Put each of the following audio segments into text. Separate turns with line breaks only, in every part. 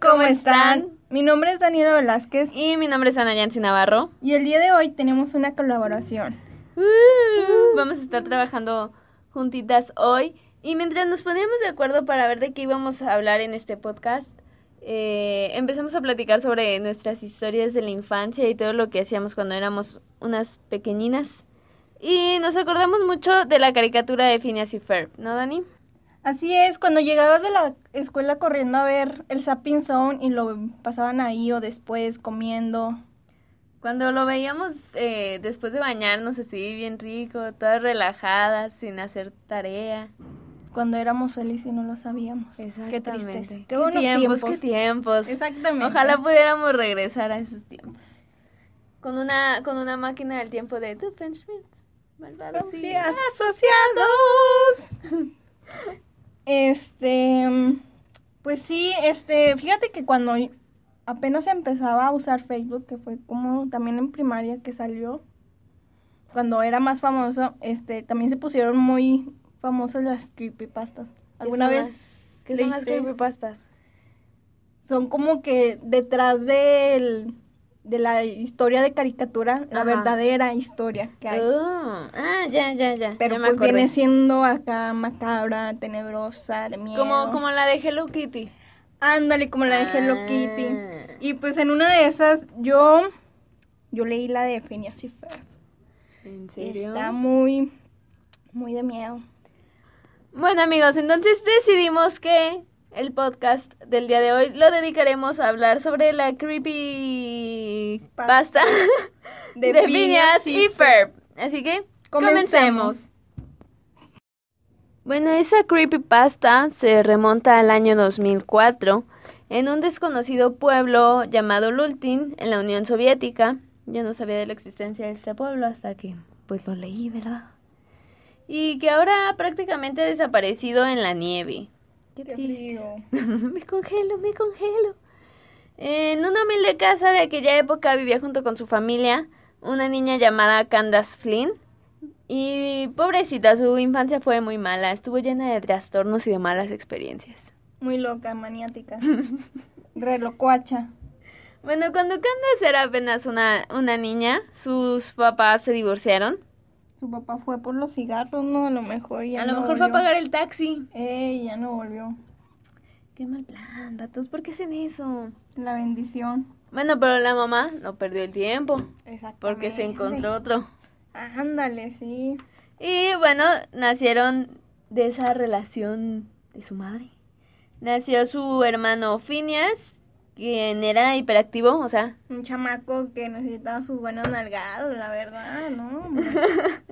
¿cómo están? Mi nombre es Daniela Velázquez
Y mi nombre es Ana Yancy Navarro.
y el día de hoy tenemos una colaboración. Uh.
Vamos a estar trabajando juntitas hoy. Y mientras nos poníamos de acuerdo para ver de qué íbamos a hablar en este podcast, eh, empezamos a platicar sobre nuestras historias de la infancia y todo lo que hacíamos cuando éramos unas pequeñinas. Y nos acordamos mucho de la caricatura de Phineas y Ferb, ¿no, Dani?
Así es, cuando llegabas de la escuela corriendo a ver el Sapping Zone y lo pasaban ahí o después comiendo.
Cuando lo veíamos eh, después de bañarnos así, bien rico, todas relajadas, sin hacer tarea.
Cuando éramos felices y no lo sabíamos. Qué tristeza. Qué,
Qué
buenos
tiempos,
tiempos.
qué tiempos.
Exactamente.
Ojalá pudiéramos regresar a esos tiempos. Con una, con una máquina del tiempo de Du Schmitz, malvado
Pues Sí,
sí.
asociados. Este, mm, pues sí, este, fíjate que cuando apenas empezaba a usar Facebook, que fue como también en primaria que salió, cuando era más famoso, este, también se pusieron muy famosas las creepypastas. ¿Alguna
son
vez?
¿Qué son las
leíste?
creepypastas?
Son como que detrás del, de la historia de caricatura, la
Ajá.
verdadera historia que hay.
Oh, ah, ya, ya, ya.
Pero
ya me
pues
acordé.
viene siendo acá macabra, tenebrosa, de miedo.
como, como la de Hello Kitty.
Ándale, como la de Hello
Ah.
Kitty. Y pues en una de esas yo yo leí la de Phineas y Ferb.
¿En serio?
Está muy muy de miedo.
Bueno amigos, entonces decidimos que el podcast del día de hoy lo dedicaremos a hablar sobre la creepy pasta de, Phineas y Ferb. Así que comencemos. Bueno, esa creepypasta se remonta al año 2004 en un desconocido pueblo llamado Lultin en la Unión Soviética. Yo no sabía de la existencia de este pueblo hasta que pues lo leí, ¿verdad? Y que ahora ha prácticamente desaparecido en la nieve. Qué
Qué
triste.
frío.
me congelo, me congelo. En una humilde casa de aquella época vivía junto con su familia una niña llamada Candace Flynn. Y pobrecita, su infancia fue muy mala, estuvo llena de trastornos y de malas experiencias.
Muy loca, maniática. Re locuacha.
Bueno, cuando Candace era apenas una, una niña, sus papás se divorciaron.
Su papá fue por los cigarros, no, a lo mejor ya
A lo
no
mejor fue a
volvió.
pagar el taxi.
Ey, ya no volvió.
Qué mal plan, datos, ¿por qué hacen eso?
La bendición.
Bueno, pero la mamá no perdió el tiempo
Exactamente.
porque se encontró otro.
Ándale, sí.
Y bueno, nacieron de esa relación de su madre. Nació su hermano Phineas, quien era hiperactivo, o sea,
Un chamaco que necesitaba sus buenos nalgados, la verdad, ¿no?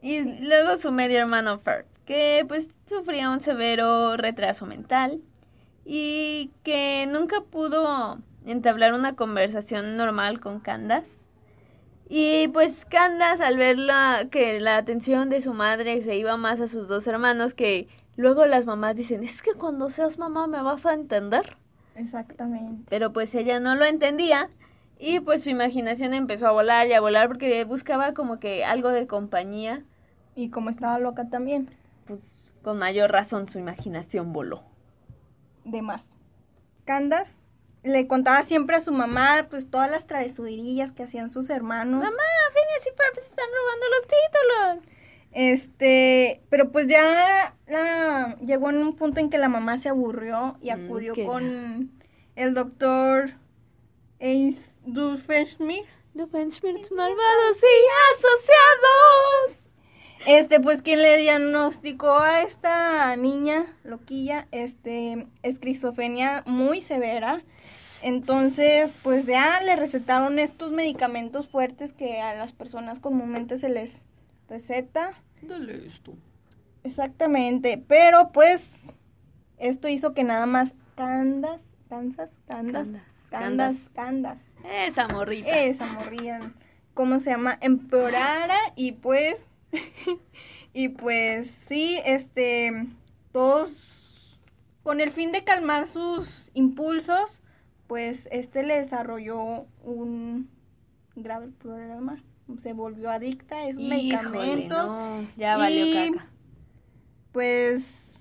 y luego su medio hermano Ferb, que pues sufría un severo retraso mental y que nunca pudo entablar una conversación normal con Candace. Y pues Candace al ver la, que la atención de su madre se iba más a sus dos hermanos, que luego las mamás dicen, es que cuando seas mamá me vas a entender.
Exactamente.
Pero pues ella no lo entendía y pues su imaginación empezó a volar y a volar porque buscaba como que algo de compañía
Y como estaba loca también,
pues con mayor razón su imaginación voló.
de más. Candas le contaba siempre a su mamá, pues, todas las travesurillas que hacían sus hermanos.
Mamá, Phineas y Ferb se pues, están robando los títulos.
Este, pero pues ya la- llegó en un punto en que la mamá se aburrió y
Mm,
acudió
¿qué
con el doctor Ace Doofenshmirtz.
Doofenshmirtz malvados y asociados.
Este, pues quien le diagnosticó a esta niña loquilla, este, esquizofrenia muy severa. Entonces, pues ya le recetaron estos medicamentos fuertes que a las personas comúnmente se les receta.
Dale esto.
Exactamente, pero pues esto hizo que nada más candas, cansas, candas,
Candas,
candas, candas,
Esa morrita.
esa morría, ¿cómo se llama? Empeorara y pues, y pues sí, este, todos, con el fin de calmar sus impulsos, pues este le desarrolló un grave problema, se volvió adicta a esos
Híjole,
medicamentos.
no, ya valió
y-
caca.
Pues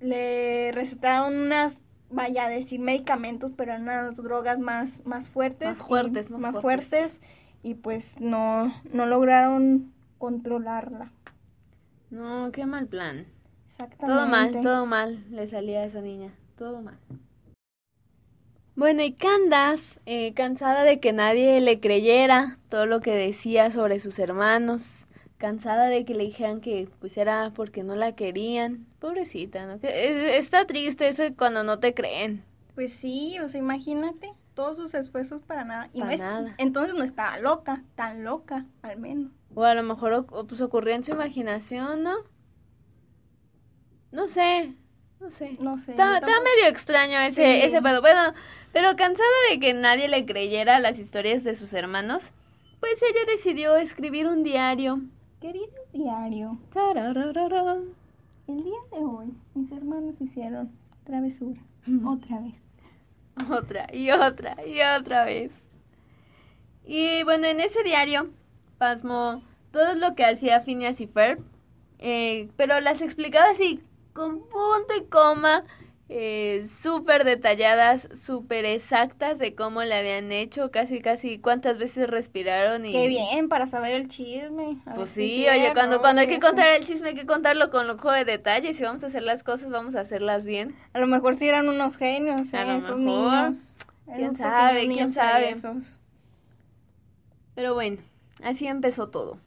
le recetaron unas vaya a decir medicamentos, pero eran unas drogas más, más fuertes.
Más fuertes,
y-
más
fuertes.
fuertes.
Y pues no, no lograron controlarla.
No, qué mal plan.
Exactamente.
Todo mal, todo mal le salía a esa niña, todo mal. Bueno, y Candace, eh, cansada de que nadie le creyera todo lo que decía sobre sus hermanos, cansada de que le dijeran que pues era porque no la querían, pobrecita, ¿no? Que, eh, está triste eso de cuando no te creen.
Pues sí, o sea, imagínate todos sus esfuerzos para nada. Y
Para
no es-
nada.
Entonces no estaba loca, tan loca, al menos.
O a lo mejor o- o, pues, ocurrió en su imaginación, ¿no? No sé, no sé.
No sé. yo
Está, está
tampoco-
medio extraño ese,
Sí.
ese pedo. Bueno, pero cansada de que nadie le creyera las historias de sus hermanos, pues ella decidió escribir un diario.
Querido diario,
Tarararara.
el día de hoy mis hermanos hicieron travesura. Otra vez.
Otra y otra y otra vez. Y bueno, en ese diario pasmó todo lo que hacía Phineas y Ferb, eh, pero las explicaba así, con punto y coma, eh, súper detalladas, súper exactas de cómo le habían hecho, casi, casi cuántas veces respiraron y...
Qué bien, para saber el chisme. a ver
Pues
si es
sí, oye,
cierto,
cuando, cuando hay
oye,
que contar el chisme hay que contarlo con lujo de detalle. Si vamos a hacer las cosas, vamos a hacerlas bien.
A lo mejor sí eran unos genios,
A
¿eh?
lo
esos
mejor.
niños.
¿Quién
Esos
sabe?
pequeños
¿Quién
niños
sabe?
traviesos.
Pero bueno, así empezó todo.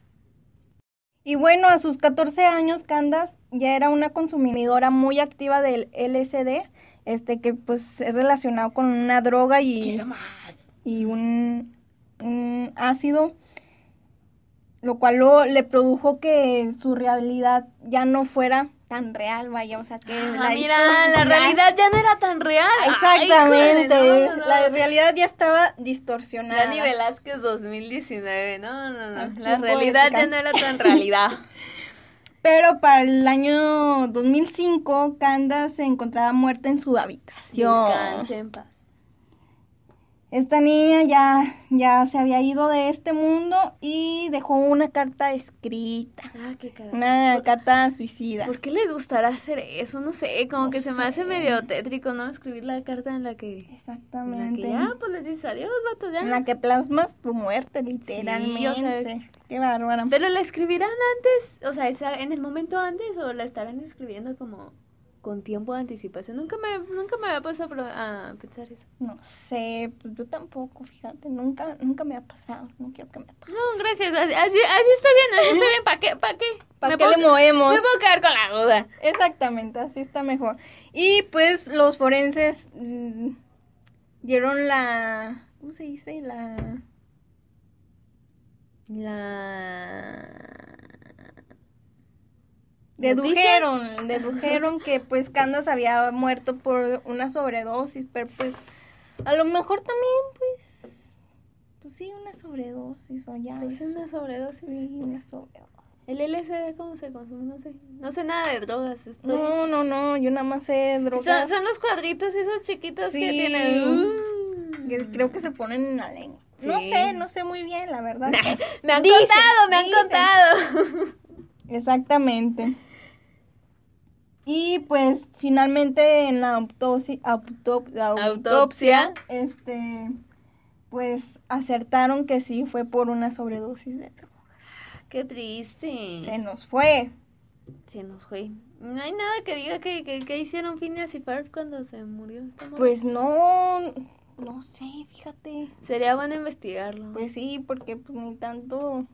Y bueno, a sus 14 años, Candace ya era una consumidora muy activa del LSD, este que pues es relacionado con una droga y, y un, un ácido, lo cual lo- le produjo que su realidad ya no fuera tan real, vaya, o sea que...
Ah, mira,
historia
la
real-
realidad ya no era tan real. Ay,
Exactamente,
híjole, no, no, no.
la realidad ya estaba distorsionada.
Dani Velázquez 2019, no, no, no.
Ah,
la
sí,
realidad ya
poética.
no era tan realidad.
Pero para el año 2005, Candace se encontraba muerta en su habitación.
Descanse en paz.
Esta niña ya, ya se había ido de este mundo y dejó una carta escrita.
Ah, qué carajo.
Una carta suicida.
¿Por qué les gustará hacer eso? No sé, como
No
que se me hace
sé.
medio tétrico, ¿no? Escribir la carta en la que... En la que
Exactamente.
ya, pues les dices adiós, vato, ya.
En la que plasmas tu muerte, literalmente.
o sea,
Qué bárbara.
Pero la escribirán antes, o sea, esa- en el momento antes o la estarán escribiendo como con tiempo de anticipación. Nunca me, nunca me había puesto a, pro- a pensar eso.
No sé, pues yo tampoco, fíjate, nunca, nunca me ha pasado. No quiero que me pase.
No, gracias. Así, así, así está bien, así está bien. ¿Para qué? ¿Para qué?
¿Para
Me
qué
puedo-
le movemos?
Me puedo quedar con la duda.
Exactamente, así está mejor. Y pues los forenses mm, dieron la. ¿Cómo se dice? La.
La...
Dedujeron, dedujeron que pues Candace había muerto por una sobredosis, pero pues a lo mejor también pues. Pues sí, una sobredosis o ya.
Pues
eso.
una sobredosis.
Sí, una sobredosis.
El LSD, ¿cómo se consume? No sé. No sé nada de drogas. Estoy...
No, no, no, yo nada más sé
son,
drogas.
son los cuadritos esos chiquitos que
Sí.
tienen.
que creo que se ponen en la lengua. No
Sí.
sé, no sé muy bien, la verdad.
Me han
Dicen,
contado, me han
dicen.
contado.
Exactamente. Y pues finalmente en la autopsia, la
Autopsia.
autopsia, este, pues acertaron que sí fue por una sobredosis de droga.
Qué triste.
Se nos fue.
Se nos fue. No hay nada que diga que, que, que hicieron Phineas y Ferb cuando se murió. esta morra.
Pues no, no sé, fíjate.
Sería bueno investigarlo.
Pues sí, porque pues ni tanto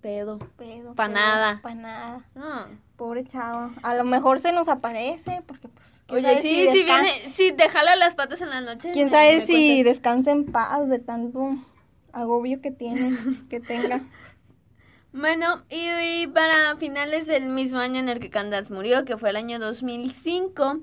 pedo.
pedo.
Pa' nada.
Para nada.
No.
Pobre chava. A lo mejor se nos aparece, porque pues. ¿quién
Oye,
sabe
sí, si,
descan-
viene, si te jala las patas en la noche.
Quién
me-
sabe
me
si
cuentas.
descansa en paz de tanto agobio que tiene, que tenga.
Bueno, y, y para finales del mismo año en el que Candace murió, que fue el año 2005,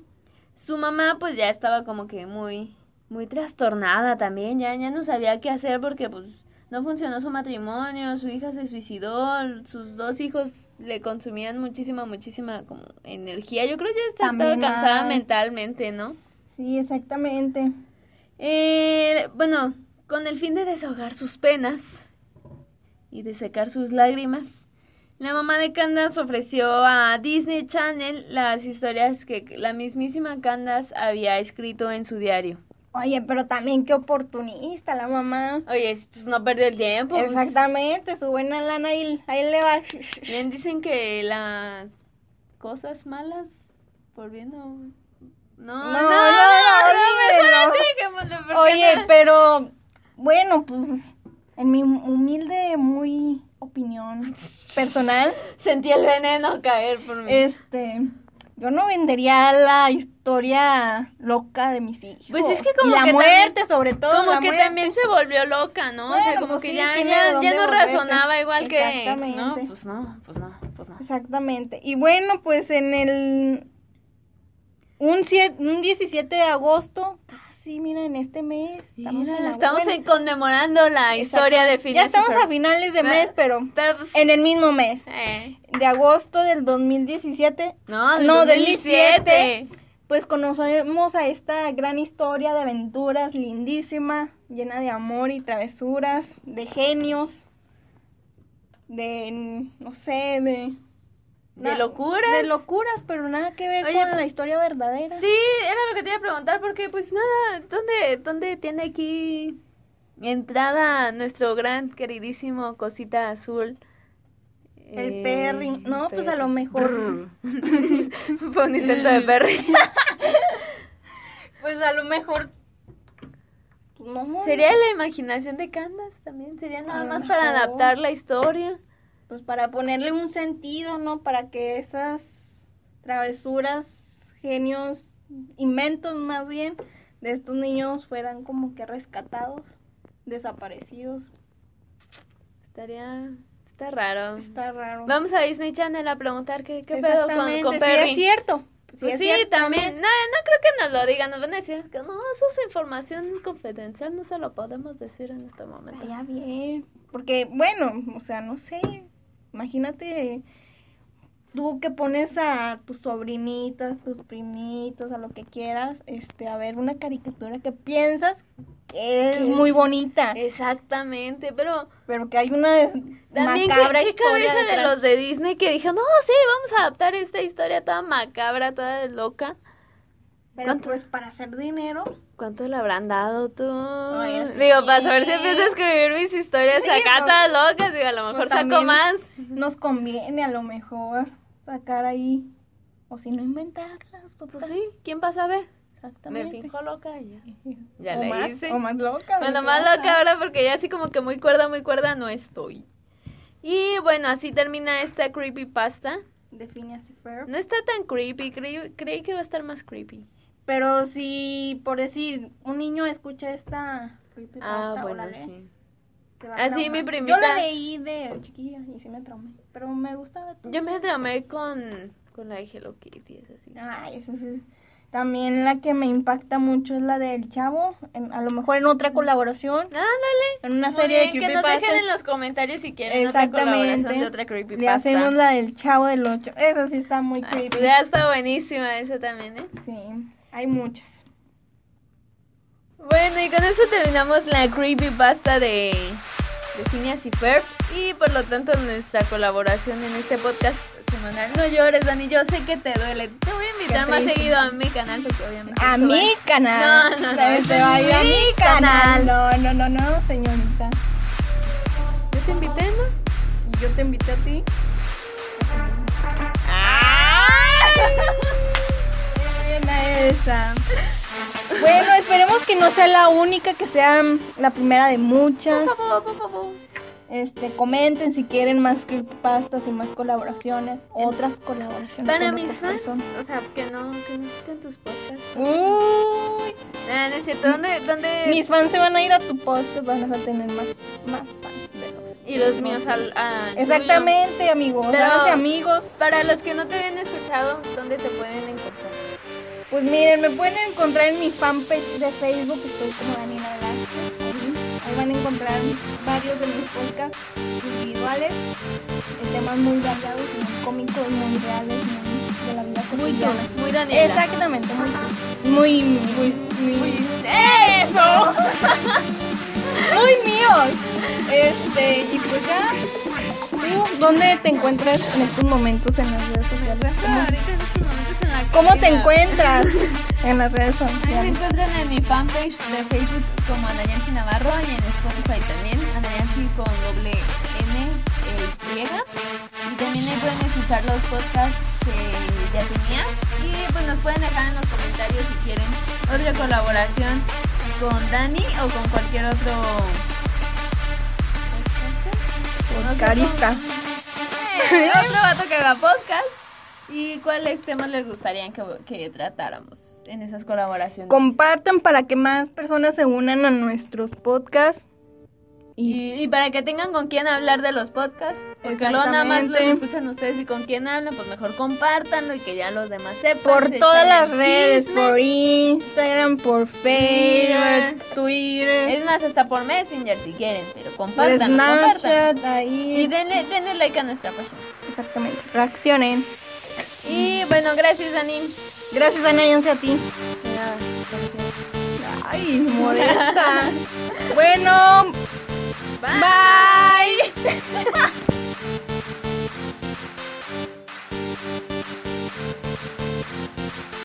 su mamá pues ya estaba como que muy, muy trastornada también, ya, ya no sabía qué hacer porque pues no funcionó su matrimonio, su hija se suicidó, sus dos hijos le consumían muchísima, muchísima como energía. Yo creo que ya está- estaba
También
cansada
mal.
mentalmente, ¿no?
Sí, exactamente.
Eh, bueno, con el fin de desahogar sus penas y de secar sus lágrimas, La mamá de Candace ofreció a Disney Channel las historias que la mismísima Candace había escrito en su diario.
Oye, pero también qué oportunista la mamá.
Oye, pues no perdió el tiempo. pues.
Exactamente, su buena lana y ahí le va.
Bien, dicen que las cosas malas por bien no. No, no, no, no,
olvídelo.
no, mejor así, dejémoslo, porque
Oye,
no-
pero bueno, pues en mi humilde muy opinión personal,
Sentí el veneno caer por mí.
este yo no vendería la historia loca de mis hijos.
Pues es que
Y
como
la
que
muerte sobre todo,
como
la
que
muerte.
también se volvió loca, ¿no? o sea,
Bueno,
como
pues
que
sí,
ya,
tiene
ya,
de
ya
dónde
no
volverse.
razonaba igual que...
Exactamente.
No, pues no, pues no, pues no.
Exactamente. Y bueno, pues en el un, siete- un 17 de agosto, casi, mira, en este mes, estamos,
Mira,
en la-
estamos
bueno,
en- conmemorando la historia de Phineas y
Ya estamos
Ferb.
a finales de
Ve-
mes, pero
Pero pues...
en el mismo mes,
eh,
de agosto del 2017,
No, del
No, del
2007.
pues conocemos a esta gran historia de aventuras lindísima, llena de amor y travesuras, de genios, de, no sé, de...
De
na-
locuras.
De locuras, pero nada que ver
Oye,
con la historia verdadera.
Sí, era lo que te iba a preguntar, porque pues nada, ¿dónde, dónde tiene aquí entrada nuestro gran queridísimo cosita azul?
El
Eh,
Perry. No, pues a lo
Perry.
mejor.
Fue un intento de Perry.
Pues a lo mejor. pues No.
Sería la imaginación de Candace también, sería nada
A lo
más para
mejor.
adaptar la historia.
Pues para ponerle un sentido, ¿no? Para que esas travesuras, genios, inventos más bien, de estos niños fueran como que rescatados, desaparecidos.
Estaría, está raro.
Está raro.
Vamos a Disney Channel a preguntar qué, qué pedo con,
Exactamente,
con
sí,
Perry.
es cierto.
Pues
es
sí,
cierto
también. No, no creo que nos lo digan. Nos van a decir que no, eso es información confidencial, no se lo podemos decir en este momento.
Estaría bien. Porque, bueno, o sea, no sé. Imagínate tú que pones a tus sobrinitas, tus primitos, a lo que quieras, este, a ver una caricatura que piensas que es
Que
muy
es-
bonita,
Exactamente, pero
pero que hay una
también
macabra
qué, qué
historia
cabeza de
detrás.
los de Disney que dijo, no, sí, vamos a adaptar esta historia toda macabra, toda loca.
Pero
¿Cuánto?
pues para hacer dinero,
¿Cuánto le habrán dado tú?
Ay, sí.
Digo, para saber si empiezo a escribir mis historias
Sí,
acá
no.
todas locas, digo, a lo mejor saco
también.
más.
nos conviene a lo mejor sacar ahí, o si no inventarlas,
Pues sí, ¿quién va a saber? Me
exactamente.
finjo loca y ya. Ya
o
la
más,
hice.
O más loca.
Bueno,
¿verdad?
más loca ahora porque ya así como que muy cuerda, muy cuerda no estoy. Y bueno, así termina esta creepypasta.
De Phineas y Ferb.
No está tan creepy, creí, creí que va a estar más creepy.
Pero si, por decir, un niño escucha esta
Ah,
creepypasta o la
bueno,
lee,
sí.
se va a
Ah, sí,
traumar.
mi primita-
Yo la leí de chiquilla y sí me traumé, pero me gustaba. todo.
Yo me atramé con, con la de Hello Kitty, es así.
Ay, eso sí. También la que me impacta mucho es la del chavo, en- a lo mejor en
Mm.
otra colaboración,
Ah, Ándale.
en una
Muy
serie
bien,
de
que nos dejen en
creepypastas.
los comentarios si quieren otra
Exactamente.
colaboración de otra
Le
creepypasta.
hacemos la del chavo del 8. Esa sí está muy
Ah,
creepy.
ya está buenísima esa también, ¿eh?
Sí, hay muchas.
Bueno, y con eso terminamos la creepypasta de, de Phineas y Ferb y por lo tanto nuestra colaboración en este podcast semanal. No llores, Dani, yo sé que te duele. Te voy a invitar
Qué
más
triste.
seguido a mi canal porque obviamente...
A
esto va-
mi canal.
Ah, No, no, no,
¿Sabes?
este
Te
es
va a ir a
mi
mi canal. No, no, no, no, señorita.
¿Yo te invité, no?
Y yo te invité a ti. Buena esa. Bueno, esperemos que no sea la única, que sea la primera de muchas.
Por favor, por favor.
Este, comenten si quieren más creepypastas y más colaboraciones, otras colaboraciones.
Para
con
mis
otras
fans,
personas.
o sea, que no, que no escuchen tus podcasts.
Uy,
Ah, no es cierto, ¿dónde? dónde...
mis fans se van a ir a tu post, van a tener más, más fans de los.
Y los míos al... al tuyo.
Exactamente, amigos.
Pero-
Háganse amigos.
Para los que no te habían escuchado, ¿dónde te pueden encontrar?
Pues miren, me pueden encontrar en mi fanpage de Facebook, estoy como Danina Velázquez. Ahí, ahí van a encontrar varios de mis podcasts individuales, de temas muy variados, muy cómicos, muy reales, muy de la vida
Muy tú,
cotidiana.
muy Daniela.
Exactamente, muy, muy, muy, muy,
¡Eso!
muy míos. Este, y pues ya. ¿Tú dónde te encuentras en estos momentos en las redes
Me
sociales?
encuentro
¿Cómo,
ahorita en este estos momentos en la
cómo te
calle.
encuentras en las redes
A mí me
sociales?
encuentran en mi fanpage de Facebook como Anayansi Navarro y en Spotify también, Anayansi con doble N eh, griega. Y también ahí pueden escuchar los podcasts que ya tenía. Y pues nos pueden dejar en los comentarios si quieren otra colaboración con Dani o con cualquier otro...
Carista.
Eh, otro vato que haga podcast. ¿Y cuáles temas les gustaría que, que tratáramos en esas colaboraciones?
Compartan para que más personas se unan a nuestros podcasts. Y
Y, y para que tengan con quién hablar de los podcasts, porque luego nada más los
Exactamente.
escuchan ustedes y con quién hablan, pues mejor compártanlo y que ya los demás sepan.
por
se
todas
echen
las
el
redes,
chisme.
por Instagram, por Facebook, Twitter,
Es más, hasta por Messenger si quieren, pero
por
compártanlo, compártanlo.
Snapchat,
Y
ahí.
denle, denle like a nuestra página.
Exactamente. Reaccionen.
Y bueno, gracias, Dani.
Gracias, Ana, y a ti. Ay, modesta. bueno, bye.